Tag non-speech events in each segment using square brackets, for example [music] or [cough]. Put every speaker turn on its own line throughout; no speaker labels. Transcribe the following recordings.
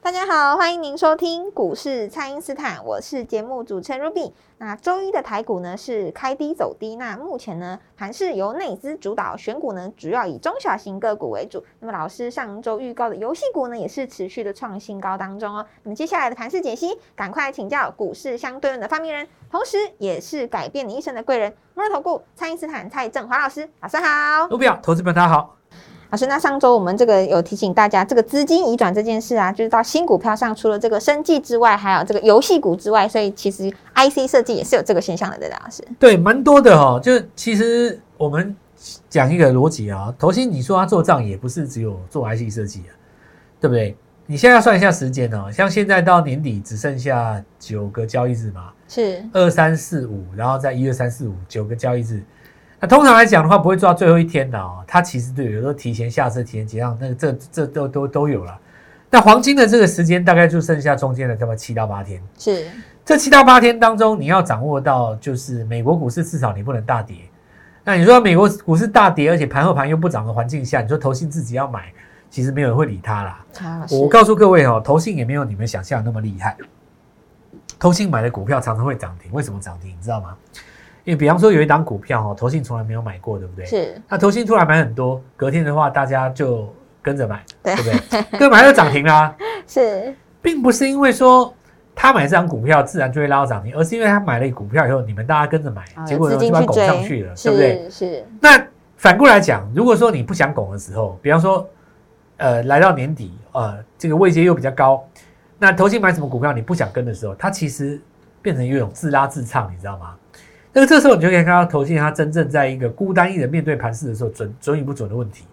大家好，欢迎您收听股市蔡因斯坦，我是节目主持人 Ruby。那周一的台股呢是开低走低，那目前呢盘是由内资主导，选股呢主要以中小型个股为主。那么老师上周预告的游戏股呢也是持续的创新高当中哦。那么接下来的盘势解析，赶快请教股市相对论的发明人，同时也是改变你一生的贵人——摩尔投顾蔡因斯坦蔡振华老师，早上好。
卢比亚，投资朋友大家好。
老师，那上周我们这个有提醒大家，这个资金移转这件事啊，就是到新股票上，除了这个生技之外，还有这个游戏股之外，所以其实 IC 设计也是有这个现象的，对吧，老师？
对，蛮多的哦。就其实我们讲一个逻辑啊，投信你说他做账也不是只有做 IC 设计啊，对不对？你现在要算一下时间哦，像现在到年底只剩下九个交易日嘛，
是
二三四五，然后再一二三四五九个交易日。那通常来讲的话，不会做到最后一天的哦。它其实对，有时候提前下次提前结账，那个这这都都都有了。那黄金的这个时间大概就剩下中间的大概七到八天。
是，
这七到八天当中，你要掌握到就是美国股市至少你不能大跌。那你说美国股市大跌，而且盘后盘又不涨的环境下，你说投信自己要买，其实没有人会理它啦。
好
我告诉各位哦，投信也没有你们想象的那么厉害。投信买的股票常常会涨停，为什么涨停？你知道吗？因为比方说有一档股票哦，投信从来没有买过，对不对？
是
那投信突然买很多，隔天的话大家就跟着买，
对
对不对？跟着买就涨停啦、
是
并不是因为说他买这张股票自然就会拉到涨停，而是因为他买了股票以后，你们大家跟着买，
啊
结
有
果
资
就
金
把
去
它拱
追，
上去了，
是
对不对？
是
那反过来讲，如果说你不想拱的时候，比方说，呃，来到年底，呃，这个位阶又比较高，那投信买什么股票你不想跟的时候，它其实变成有一种自拉自唱，你知道吗？那个这时候你就可以看到投信它真正在一个孤单一人面对盘势的时候准准与不准的问题。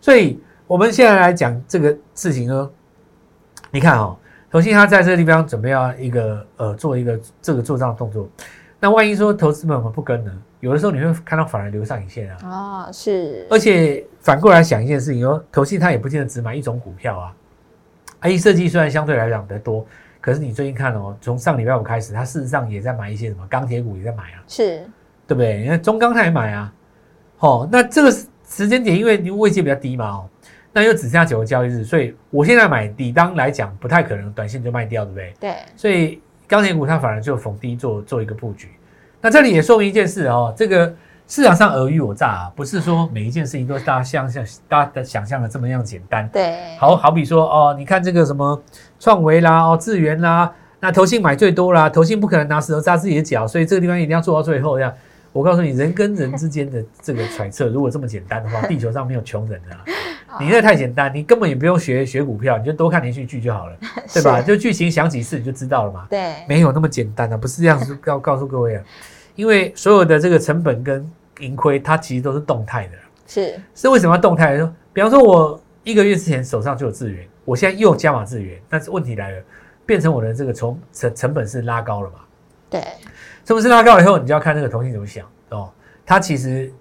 所以我们现在来讲这个事情呢，你看哦，投信它在这个地方准备要一个呃做一个这个做账的动作，那万一说投资们我们不跟呢，有的时候你会看到反而留上影线啊。
哦是，
而且反过来想一件事情哦，投信它也不见得只买一种股票啊。i 设计虽然相对来讲比较多，可是你最近看哦，从上礼拜五开始，它事实上也在买一些什么钢铁股，也在买啊，
是
对不对？你看中钢它也买啊，哦，那这个时间点因为位阶比较低嘛，哦，那又只剩下九个交易日，所以我现在买，理当来讲不太可能短线就卖掉，对不对？
对
所以钢铁股它反而就逢低做做一个布局。那这里也说明一件事哦，这个市场上尔虞我诈、啊，不是说每一件事情都是大家想象大家想象的这么样简单。
对，
好好比说哦，你看这个什么创维啦、哦智源啦，那投信买最多啦，投信不可能拿石头扎自己的脚，所以这个地方一定要做到最后这样。我告诉你，人跟人之间的这个揣测，如果这么简单的话，地球上没有穷人的、 [laughs] 啊。
哦
你这太简单，你根本也不用学学股票，你就多看连续剧就好 [laughs] 了，对吧？
是
就剧情想几次你就知道了嘛。
对
没有那么简单的、啊不是这样子告告诉各位啊，因为所有的这个成本跟盈亏，它其实都是动态的。
是
是为什么要动态？说，比方说我一个月之前手上就有资源，我现在又加码资源，但是问题来了，变成我的这个从成成本是拉高了嘛？
对
成本是拉高了以后，你就要看这个投信怎么想哦。他其实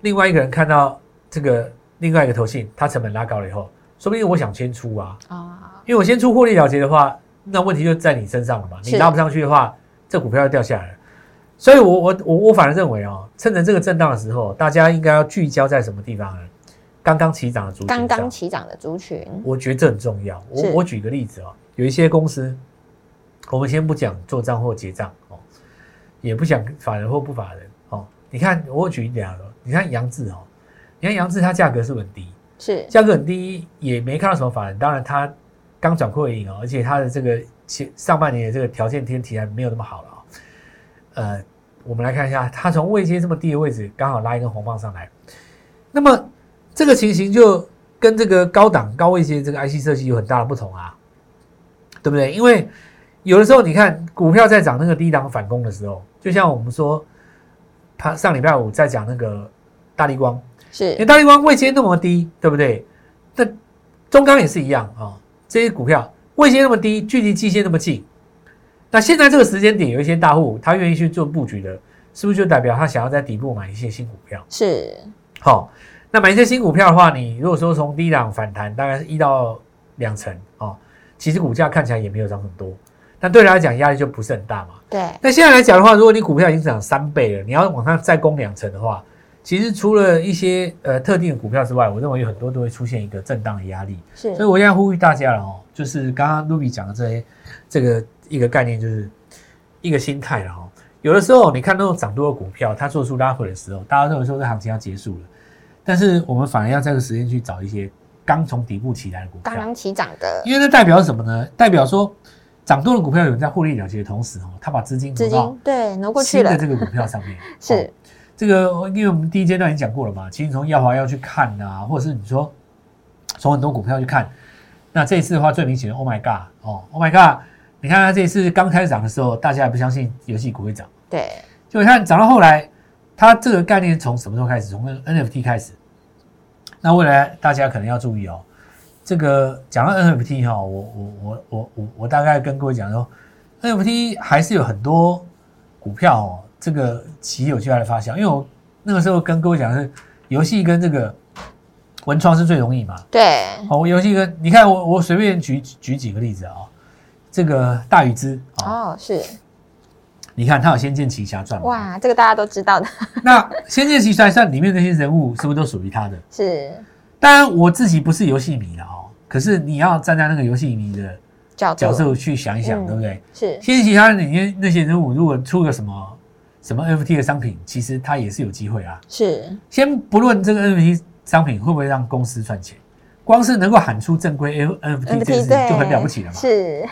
另外一个人看到这个另外一个投信，他成本拉高了以后，说不定我想先出啊，
啊
因为我先出获利了结的话，那问题就在你身上了嘛。
是
你拉不上去的话，这股票就掉下来了。所以我，我我我反而认为哦，趁着这个震荡的时候，大家应该要聚焦在什么地方呢？刚刚起涨的族群
刚
上。
刚起涨的族群
我觉得这很重要。我
是
我举个例子哦，有一些公司，我们先不讲做账或结账哦，也不讲法人或不法人哦。你看，我举一点哦，你看杨志哦，你看杨志它价格是不是很低，
是
价格很低，也没看到什么法人。当然，它刚转亏为盈哦，而且它的这个前上半年的这个条件天体还没有那么好了、哦。呃，我们来看一下，它从位阶这么低的位置，刚好拉一根红棒上来。那么这个情形就跟这个高档高位阶这个 IC 设计有很大的不同啊，对不对？因为有的时候你看股票在涨那个低档反攻的时候，就像我们说，他上礼拜五在讲那个大力光。因为
是
大立光位阶那么低，对不对？那中钢也是一样啊、哦，这些股票位阶那么低，距离季线那么近，那现在这个时间点，有一些大户他愿意去做布局的，是不是就代表他想要在底部买一些新股票？
是，
好、那买一些新股票的话，你如果说从低档反弹，大概是一到两成哦，其实股价看起来也没有涨很多，但对他来讲压力就不是很大嘛。
对，
那现在来讲的话，如果你股票已经涨三倍了，你要往上再攻两成的话，其实除了一些呃特定的股票之外，我认为有很多都会出现一个震荡的压力。
是
所以，我现在呼吁大家了哦，就是刚刚 Ruby 讲的这些这个一个概念，就是一个心态了哦。有的时候你看那种涨多的股票，它做出拉回的时候，大家都会说这行情要结束了，但是我们反而要在这个时间去找一些刚从底部起来的股
刚
票，
刚起涨的
因为那代表什么呢？代表说涨多的股票有人在获利了结的同时哦，他把资金
资
挪到
金，对，挪过去
新
了
的，这个股
[laughs]
票上面
是
哦这个，因为我们第一阶段已经讲过了嘛，其实你从耀华要去看啊，或者是你说从很多股票去看，那这一次的话最明显的，Oh my God，哦，Oh my God，你看它这一次刚开始涨的时候，大家还不相信游戏股会涨，
对，
就你看涨到后来，它这个概念从什么时候开始？从 NFT 开始。那未来大家可能要注意哦，这个讲到 NFT 哈、我我我我我我大概跟各位讲说，NFT 还是有很多股票哦，这个极有巨大的发酵，因为我那个时候跟各位讲的是，游戏跟这个文创是最容易嘛，
对，
哦，游戏跟你看我我随便举举几个例子啊、这个大禹之啊、
哦，是，
你看它有《仙剑奇侠传》嘛，
哇，这个大家都知道的，
[laughs] 那《仙剑奇侠传》里面那些人物是不是都属于他的？
是
当然，我自己不是游戏迷了哦，可是你要站在那个游戏迷的
角度
角色去想一想，
嗯
对不对？
是
《仙剑奇侠传》里面那些人物如果出个什么什么 NFT 的商品，其实他也是有机会啊。
是，
先不论这个 NFT 商品会不会让公司赚钱，光是能够喊出正规 NFT 这件事就很了不起了嘛。
嗯是，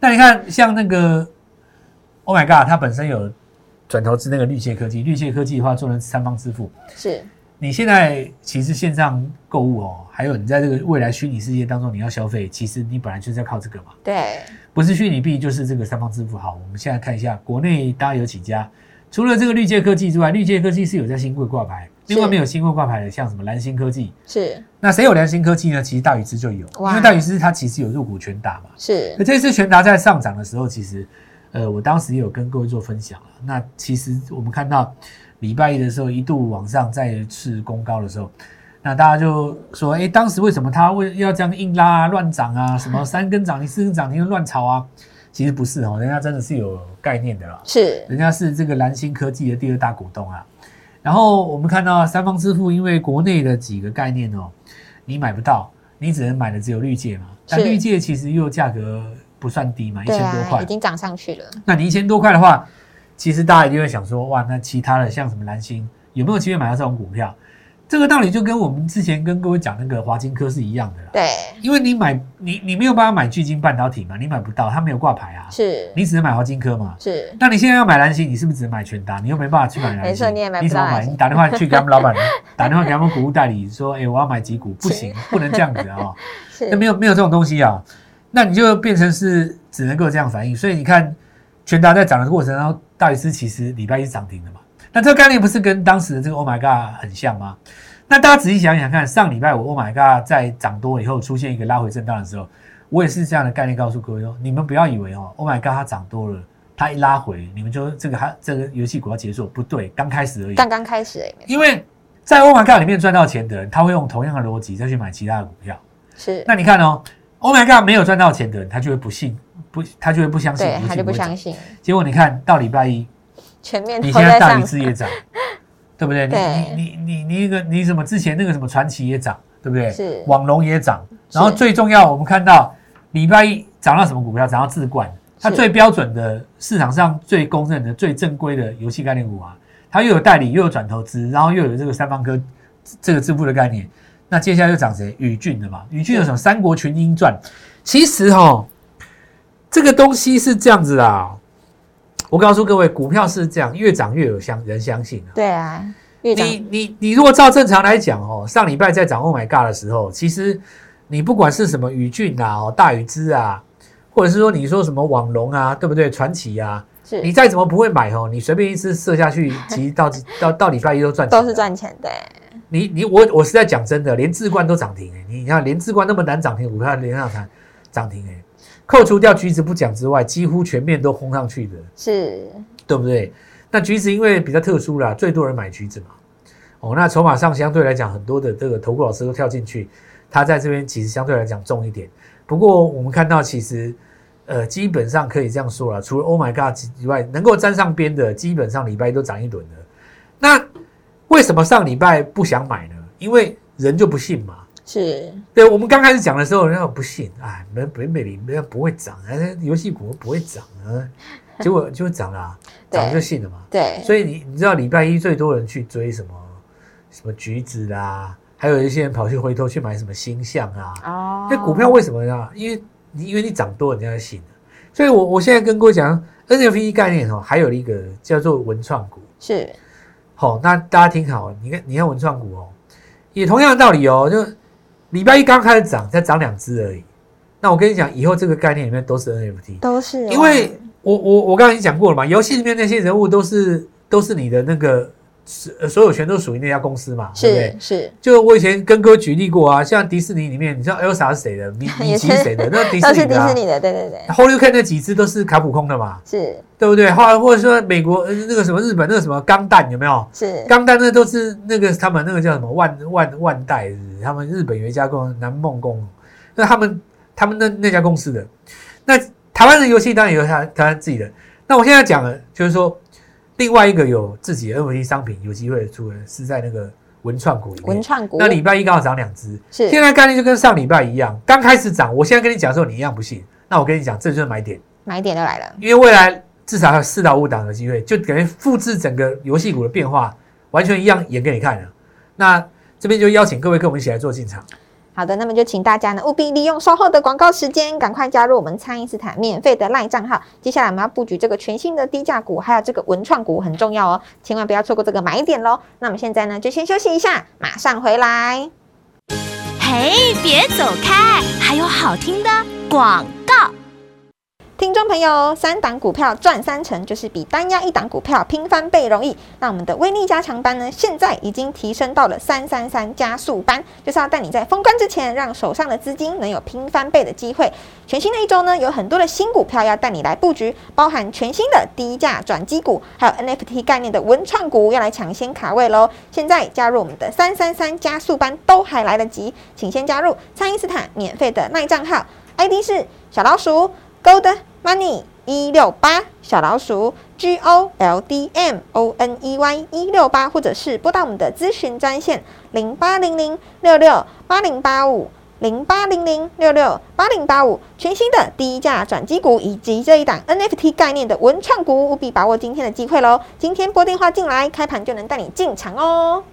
那你看，像那个 Oh my God，它本身有转投资那个绿界科技，绿界科技的话做成三方支付。
是，
你现在其实线上购物哦，还有你在这个未来虚拟世界当中你要消费，其实你本来就是要靠这个嘛，
对，好
不是虚拟币就是这个三方支付。好，我们现在看一下国内大家有几家，除了这个绿界科技之外，绿界科技是有在新贵挂牌，
是
另外没有新贵挂牌的，像什么蓝星科技，
是
那谁有蓝星科技呢？其实大禹之就有，
哇
因为大禹之它其实有入股全打嘛。
是
那这次全达在上涨的时候，其实，呃，我当时也有跟各位做分享了。啊那其实我们看到礼拜一的时候一度往上再次攻高的时候，那大家就说，哎、当时为什么它会要这样硬拉啊、乱涨啊？什么三根涨停、四根涨停就乱炒啊？其实不是哦，人家真的是有概念的啦，
是，
人家是这个蓝星科技的第二大股东啊。然后我们看到三方支付，因为国内的几个概念哦，你买不到，你只能买的只有绿界嘛。但
是
绿界其实又价格不算低嘛，一
对
千多
啊，
块
已。经涨上去了，
那你一千多块的话，其实大家一定会想说，哇，那其他的像什么蓝星，有没有机会买到这种股票？这个道理就跟我们之前跟各位讲那个华金科是一样的啦。
对，
因为你买你你没有办法买聚晶半导体嘛，你买不到，它没有挂牌啊，
是
你只能买华金科嘛。
是，
那你现在要买蓝星，你是不是只能买全达？你又没办法去买蓝星，
没错你也买不到
怎么
蓝
买？
星
你打电话去给他们老板， [laughs] 打电话给他们股务代理说，哎、我要买几股，不行，不能这样子啊、哦，
是
那没有没有这种东西啊，那你就变成是只能够这样反应。所以你看，全达在涨的过程当中，大禹斯其实礼拜一是涨停的嘛，那这个概念不是跟当时的这个 Oh my God 很像吗？那大家仔细想一想看，上礼拜五 Oh my God 在涨多以后出现一个拉回震荡的时候，我也是这样的概念告诉各位哦，你们不要以为哦，Oh my God 它涨多了，它一拉回，你们就这个它这个游戏股要结束，不对，刚开始而已。
刚刚开始而已，没错
因为在 Oh my God 里面赚到钱的人，他会用同样的逻辑再去买其他的股票。
是，
那你看哦，Oh my God 没有赚到钱的人，他就会不信，不他就会不相信，
对，他就不
信
相
会涨。
信，
结果你看到礼拜
[laughs]
一，
全面
你
都
现在
在
大
上
禹，之
[laughs]
也涨，对不对？
对
你你你你你那个你什么之前那个什么传奇也涨，对不对？
是
网龙也涨，
是
然后最重要，我们看到礼拜一涨到什么股票？涨到智冠，它
是
最标准的市场上最公认的、最正规的游戏概念股啊，它又有代理，又有转投资，然后又有这个三方科这个支付的概念。那接下来又涨谁？宇俊的嘛，宇俊有什么《三国群英传》？其实哈，这个东西是这样子啊。我告诉各位，股票是这样，越涨越有相人相信啊。
对啊，越涨
你你你如果照正常来讲哦，上礼拜在涨 Oh my God 的时候，其实你不管是什么宇俊啊、哦大禹之啊，或者是说你说什么网龙啊，对不对？传奇啊，
是
你再怎么不会买哦，你随便一次射
[laughs]
下去，其实到到到礼拜一都赚钱，
都是。赚钱的，
欸你你我我是在讲真的，连智冠都涨停哎、你你看连智冠那么难涨停的股票连上涨，涨停哎、扣除掉橘子不讲之外，几乎全面都轰上去的，
是，
对不对？那橘子因为比较特殊啦，最多人买橘子嘛。哦，那筹码上相对来讲，很多的这个投顾老师都跳进去，它在这边其实相对来讲重一点。不过我们看到其实，呃，基本上可以这样说啦，除了 Oh my God 以外，能够沾上边的，基本上礼拜一都涨一轮的。那为什么上礼拜不想买呢？因为人就不信嘛。
是，
对我们刚开始讲的时候，人家不信，哎，没没没理，没不会涨，哎，游戏股不会涨啊，结果就涨啦、
对
涨了就信了嘛。
对，
所以你你知道礼拜一最多人去追什么什么橘子啦，还有一些人跑去回头去买什么星象啊。
哦
那股票为什么呢？因为你因为你涨多，人家就信了。所以我我现在跟各位讲 NFT 概念哦，还有一个叫做文创股。
是
好、那大家听好，你看你看文创股哦，也同样的道理哦，就礼拜一刚开始涨，才涨两只而已。那我跟你讲，以后这个概念里面都是 NFT，
都是哦，
因为我我我刚刚已经讲过了嘛，游戏里面那些人物都是都是你的那个所所有权都属于那家公司嘛，对不对
是？是
就我以前跟哥举例过啊，像迪士尼里面，你知道 Elsa 是谁的，米米
也
奇
是
是谁的，那迪
都
士
是
尼
迪
的、啊
士。尼的，对对对，
Holy Cat 那几只都是卡普空的嘛，
是
对不对？后来或者说美国呃那个什么日本那个什么钢弹有没有？
是
钢弹那都是那个他们那个叫什么万万万代，是不是他们日本有一家公司南梦宫，那他们他们那那家公司的。那台湾的游戏当然也有他他自己的。那我现在讲的就是说，另外一个有自己的 NFT 商品有机会出的是在那个文创股里
文
面。
创股，
那礼拜一刚好涨两只，
是
现在概念就跟上礼拜一样，刚开始涨，我现在跟你讲的时候你一样不信。那我跟你讲，这就是买点，
买点都来了，
因为未来至少还有四到五档的机会，就等于复制整个游戏股的变化，完全一样演给你看了。那这边就邀请各位跟我们一起来做进场。
好的，那么就请大家呢务必利用稍后的广告时间，赶快加入我们蔡因斯坦免费的赖账号。接下来我们要布局这个全新的低价股，还有这个文创股很重要哦，千万不要错过这个买点喽。那我们现在呢就先休息一下，马上回来。
嘿，别走开，还有好听的广告。
听众朋友，三档股票赚三成，就是比单押一档股票拼翻倍容易。那我们的威力加强班呢，现在已经提升到了三三三加速班，就是要带你在封关之前，让手上的资金能有拼翻倍的机会。全新的一周呢，有很多的新股票要带你来布局，包含全新的低价转机股，还有 NFT 概念的文创股要来抢先卡位喽。现在加入我们的三三三加速班都还来得及，请先加入蔡因斯坦免费的赖账号，ID 是小老鼠 Gold Money 一六八小老鼠 G O L D M O N E Y 一六八，或者是拨打我们的咨询专线零八零零六六八零八五。零八零零六六八零八五，全新的低价转机股以及这一档 NFT 概念的文创股，务必把握今天的机会喽！今天拨电话进来，开盘就能带你进场哦。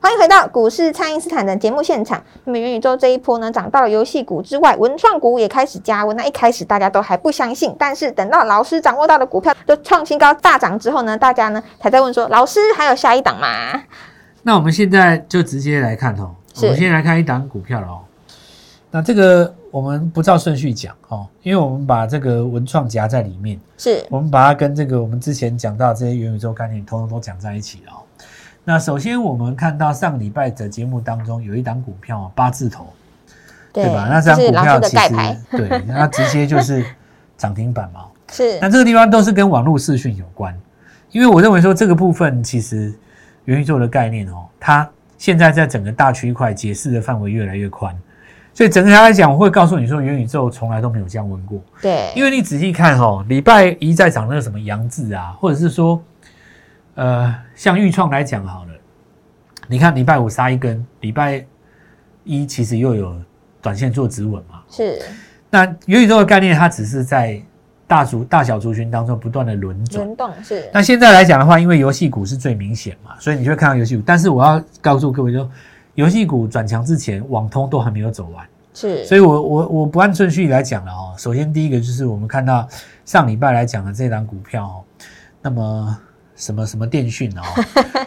欢迎回到股市，蔡因斯坦的节目现场。那么元宇宙这一波呢，涨到了游戏股之外，文创股也开始加温。那一开始大家都还不相信，但是等到老师掌握到的股票都创新高大涨之后呢，大家呢才在问说，老师还有下一档吗？
那我们现在就直接来看哦，
是
我们先来看一档股票了哦。那这个我们不照顺序讲哦，因为我们把这个文创夹在里面，
是
我们把它跟这个我们之前讲到这些元宇宙概念，通通都讲在一起了哦。那首先我们看到上礼拜的节目当中有一档股票哦八字头，对吧？那这
这
档
是
股
老
票
师
其
的盖牌，
实对，那它直接
[laughs]
就是涨停板嘛哦。
是
那这个地方都是跟网络视讯有关，因为我认为说这个部分其实元宇宙的概念哦，它现在在整个大区块解释的范围越来越宽，所以整个来讲，我会告诉你说元宇宙从来都没有降温过，
对，
因为你仔细看哦，礼拜一在涨那个什么杨志啊，或者是说，呃，像豫创来讲好了，你看礼拜五杀一根，礼拜一其实又有短线做止稳嘛，
是
那元宇宙的概念，它只是在大族大小族群当中不断的轮转。
轮动是
那现在来讲的话，因为游戏股是最明显嘛，所以你就会看到游戏股。但是我要告诉各位说，游戏股转强之前，网通都还没有走完。
是，
所以我我我不按顺序来讲了哦。首先第一个就是我们看到上礼拜来讲的这档股票哦，那么什么什么电讯
[laughs]
哦，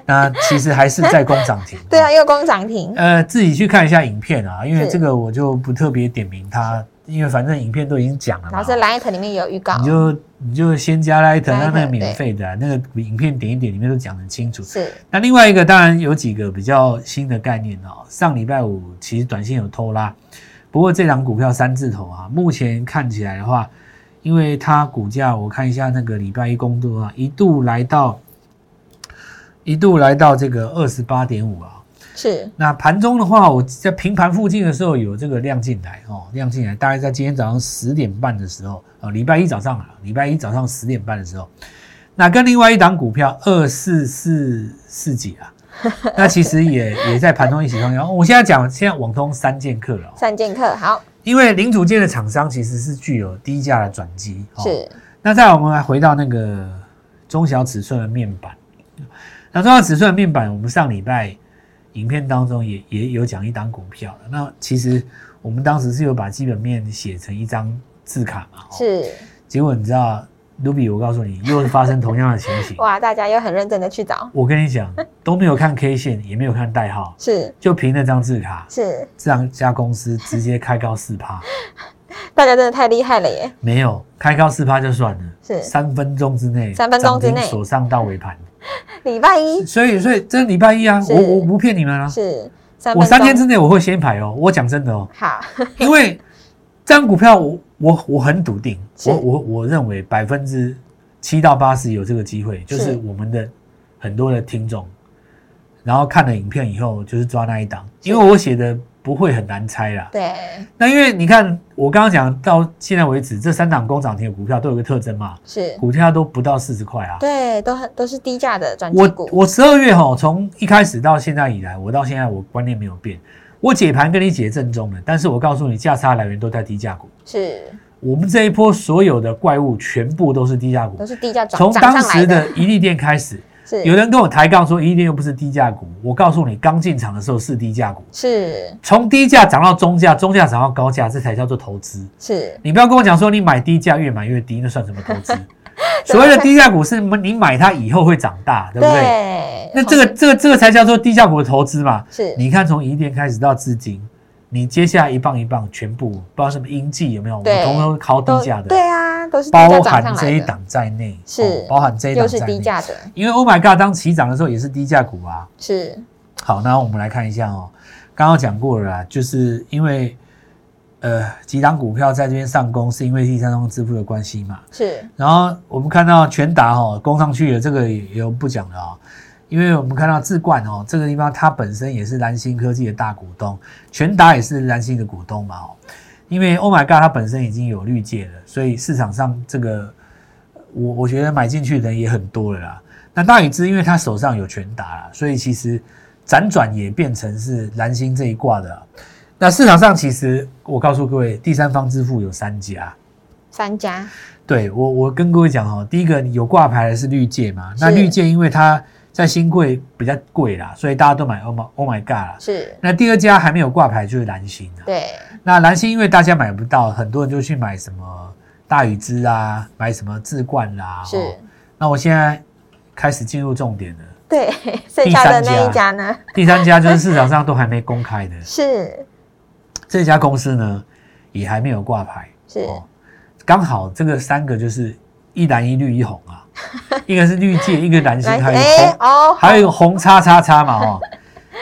那其实还是在攻涨停。哦
对啊，又攻涨停，
呃，自己去看一下影片啊，因为
是
这个我就不特别点名它，因为反正影片都已经讲了嘛。哦
老师 Light 里面也有预告
你，就你就先加 Light，
Lite，
那那个免费的啊、那个影片点一点，里面都讲得很清楚。
是
那另外一个当然有几个比较新的概念哦，上礼拜五其实短线有偷拉，不过这档股票三字头啊，目前看起来的话，因为它股价我看一下那个礼拜一公布啊，一度来到一度来到这个二十八点五啊，
是
那盘中的话，我在平盘附近的时候有这个量进来哦，量进来，大概在今天早上十点半的时候，呃，礼拜一早上啊，礼拜一早上十点半的时候，那跟另外一档股票二四四四几啊，那其实也也在盘中一起创新高。哦我现在讲，现在网通三剑客了、哦，
三剑客，好，
因为零组件的厂商其实是具有低价的转机。哦、
是
那再来我们来回到那个中小尺寸的面板，那中小尺寸的面板，我们上礼拜影片当中也也有讲一档股票了。那其实我们当时是有把基本面写成一张字卡嘛，哦
是，。
结果你知道，Ruby，我告诉你，又是发生同样的情形
[laughs] 哇，大家又很认真的去找，
我跟你讲，都没有看 K 线，也没有看代号，
是
就凭那张字卡，
是，
这样家公司直接开高
[laughs]
四趴，
大家真的太厉害了耶，
没有开高四趴就算了，
是
三分钟之内，
三分钟之内
涨停锁上到尾盘。
礼拜一
所以，所以这礼拜一啊，
是
我我不骗你们啊，
是三
我
分
三天之
钟，
内我会先排哦。我讲真
[laughs]
的哦，
好，
因为这张股票我我我很笃定，
是
我我我认为百分之七到八十有这个机会，就是
是
我们的很多的听众，然后看了影片以后就是抓那一档，因为我写的不会很难猜啦。
对，
那因为你看我刚刚讲到现在为止，这三档工涨停的股票都有个特征嘛， [laughs]
是，
股价都不到四十块啊。
对，都很都是低价的转机
我
股，
我十二月哈，从一开始到现在以来，我到现在我观念没有变。我解盘跟你解正宗的，但是我告诉你，价差来源都在低价股。
是
我们这一波所有的怪物全部都是低价股
都，是低价转
从
涨
当
上来
时，的一利店开始，
是
有人跟我抬杠说一利店又不是低价股，我告诉你，刚进场的时候是低价股，
是
从低价涨到中价，中价涨到高价，这才叫做投资。
是
你不要跟我讲说你买低价越买越低，那算什么投资？所谓的低价股是你买它以后会长大，对不对？
对
那这个这个这个才叫做低价股的投资嘛？
是
你看从一店开始到至今，你接下来一棒一棒全部，包括什么英记有没有？我
对
们通通靠低
都
价的，
对啊，都是低价
包
涨上
含
来
这一
的，
档在内，哦
是
包含这一档
又是
在
低
内。
价的，
因为 Oh my God，当起涨的时候也是低价股啊。
是
好，那我们来看一下哦，刚刚讲过了啦，就是因为呃几档股票在这边上攻，是因为第三方支付的关系嘛。
是
然后我们看到全达哦攻上去了，这个也也有不讲了哦，因为我们看到智冠哦这个地方它本身也是蓝星科技的大股东，全达也是蓝星的股东嘛哦，因为 Oh my God 它本身已经有绿界了，所以市场上这个我我觉得买进去的人也很多了啦。那大禹之因为他手上有全达啦，所以其实辗转也变成是蓝星这一挂的啦。那市场上其实我告诉各位，第三方支付有三家，
三家，
对我，我跟各位讲哦，第一个有挂牌的是绿界嘛，那
是
绿界因为它在新贵比较贵啦，所以大家都买 Oh my Oh my God 啦。
是
那第二家还没有挂牌就是蓝星啊，
对
那蓝星因为大家买不到，很多人就去买什么大禹之啊，买什么智冠啦、
是
哦。那我现在开始进入重点了，
对， [laughs] 剩
第
下的
三
那一
家
家呢
第三家就是市场上都还没公开的
是
这家公司呢，也还没有挂牌。
是
哦，刚好这个三个就是一蓝一绿一红
[laughs]
啊，一个是绿界，一个蓝星，还有一个
哎
红，
哦
还有一个红叉叉叉嘛哦。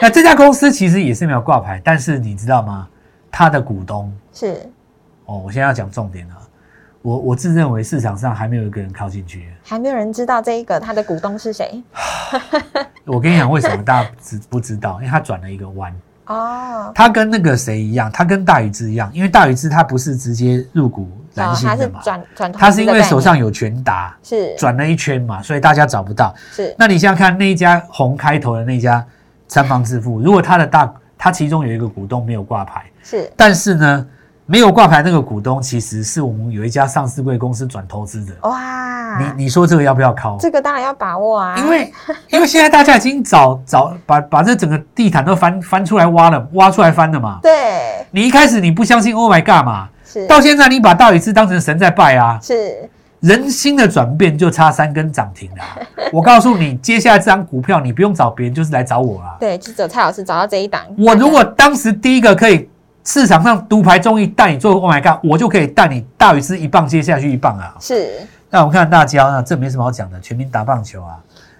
那这家公司其实也是没有挂牌，但是你知道吗？它的股东
是
哦，我现在要讲重点了。我我自认为市场上还没有一个人靠进去。
还没有人知道这一个他的股东是谁
我跟你讲，为什么大家知不知道？因为它转了一个弯。
哦，
它跟那个谁一样，它跟大禹之一样，因为大禹之他不是直接入股蓝
哦
星
他是
的嘛，
转转投
他
资
是因
的
为
概
手
念
上有权达，
是
转了一圈嘛，所以大家找不到。
是
那你想想看，那一家红开头的那家三方支付，如果他的大，他其中有一个股东没有挂牌，
是
但是呢，没有挂牌那个股东其实是我们有一家上市贵公司转投资的。
哇，
你你说这个要不要考？
啊这个当然要把握啊，
因为因为现在大家已经找找把把这整个地毯都翻翻出来挖了，挖出来翻了嘛。
对
你一开始你不相信 Oh my God 嘛，
是
到现在你把大禹治当成神在拜啊。
是
人心的转变就差三根涨停啦、我告诉你，接下来这张股票你不用找别人，就是来找我啊啦、
对，就只有蔡老师找到这一档，
我如果当时第一个可以市场上独排众议带你做 Oh my God，我就可以带你大于是一棒接下去一棒啊。
是
那我们看大家，那这没什么好讲的，全民打棒球啊。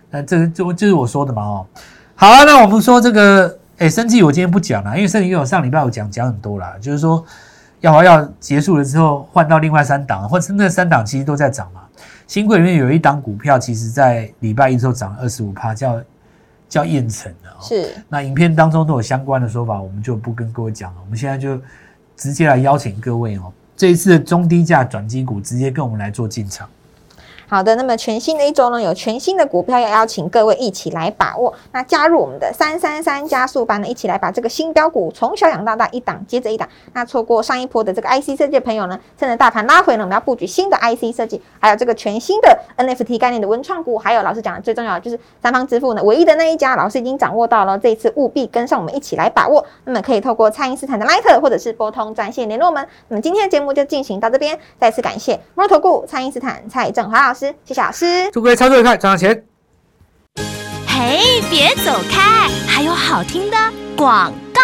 那这个就就是我说的嘛哦。好啊，那我们说这个哎，生技我今天不讲了，因为生技我上礼拜我讲讲很多啦，就是说药华药结束了之后换到另外三档，啊或者那三档其实都在涨嘛。新贵里面有一档股票，其实在礼拜一之后涨了二十五趴，叫叫燕城的、哦。
是
那影片当中都有相关的说法，我们就不跟各位讲了。我们现在就直接来邀请各位哦，这一次的中低价转机股直接跟我们来做进场。
好的，那么全新的一周呢，有全新的股票要邀请各位一起来把握。那加入我们的三三三加速班呢，一起来把这个新标股从小养到大，一档接着一档。那错过上一波的这个 IC 设计的朋友呢，趁着大盘拉回呢，我们要布局新的 IC 设计，还有这个全新的 NFT 概念的文创股，还有老师讲的最重要的就是三方支付呢，唯一的那一家，老师已经掌握到了，这一次务必跟上我们一起来把握。那么可以透过蔡因斯坦的 Light 或者是拨通专线联络我们。那么今天的节目就进行到这边，再次感谢摩投顾蔡因斯坦蔡振华老师，谢谢老师。
祝各位操作愉快，赚到钱！
嘿，别走开，还有好听的广告。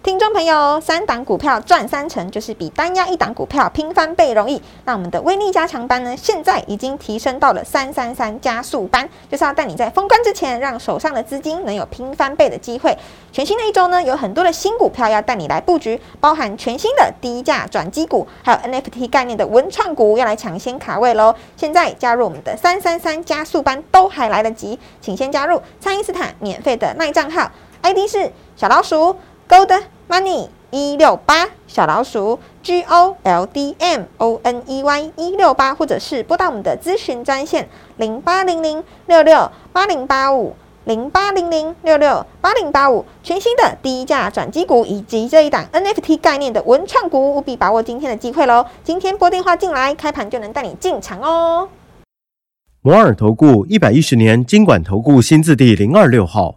听众朋友，三档股票赚三成，就是比单押一档股票拼翻倍容易。那我们的威力加强班呢，现在已经提升到了三三三加速班，就是要带你在封关之前，让手上的资金能有拼翻倍的机会。全新的一周呢，有很多的新股票要带你来布局，包含全新的低价转机股，还有 NFT 概念的文创股要来抢先卡位喽。现在加入我们的三三三加速班都还来得及，请先加入蔡因斯坦免费的耐账号，ID 是小老鼠。Gold Money 一六八小老鼠 G O L D M O N E Y 一六八，或者是拨打我们的咨询专线零八零零六六八零八五零八零零六六八零八五。全新的低价转机股以及这一档 NFT 概念的文创股，务必把握今天的机会喽！今天拨电话进来，开盘就能带你进场哦。
摩尔投顾一百一十年经管投顾新字第零二六号。